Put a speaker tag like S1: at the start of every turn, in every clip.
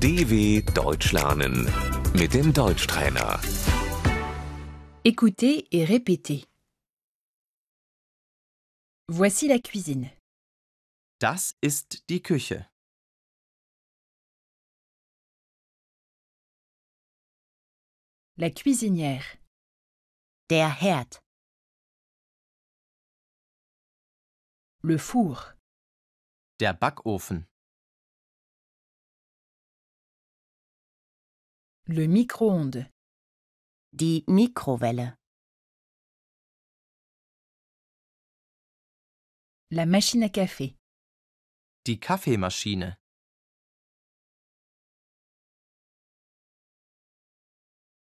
S1: DW Deutsch lernen mit dem Deutschtrainer.
S2: Écoutez et répétez. Voici la cuisine.
S3: Das ist die Küche.
S2: La cuisinière. Der Herd. Le four.
S3: Der Backofen.
S2: Le micro-ondes. Die Mikrowelle. La machine à café.
S3: Die Kaffeemaschine.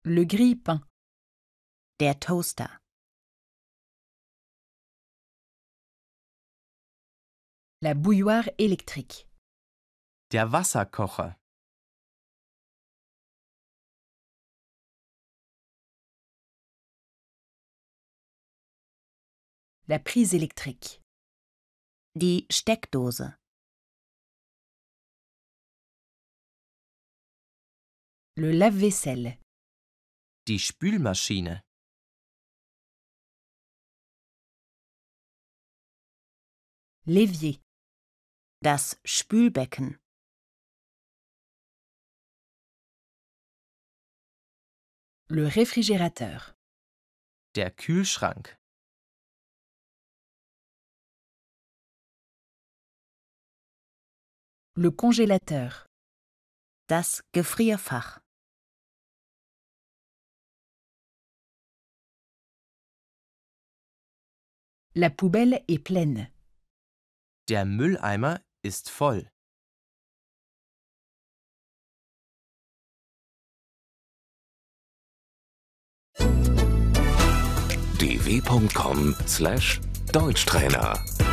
S2: Le grille-pain. Der Toaster. La bouilloire électrique.
S3: Der Wasserkocher.
S2: La prise électrique. Die Steckdose. Le lave-vaisselle.
S3: Die Spülmaschine.
S2: L'évier. Das Spülbecken. Le réfrigérateur.
S3: Der Kühlschrank.
S2: Le congélateur. Das Gefrierfach. La poubelle est pleine.
S3: Der Mülleimer ist voll.
S1: dw.com/deutschtrainer